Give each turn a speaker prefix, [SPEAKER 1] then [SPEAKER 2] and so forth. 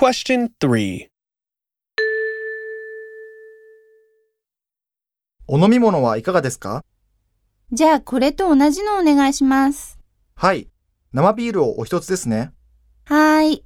[SPEAKER 1] Question 3.
[SPEAKER 2] お飲み物はいかがですか
[SPEAKER 3] じゃあこれと同じのお願いします。
[SPEAKER 2] はい。生ビールをお一つですね。
[SPEAKER 3] はーい。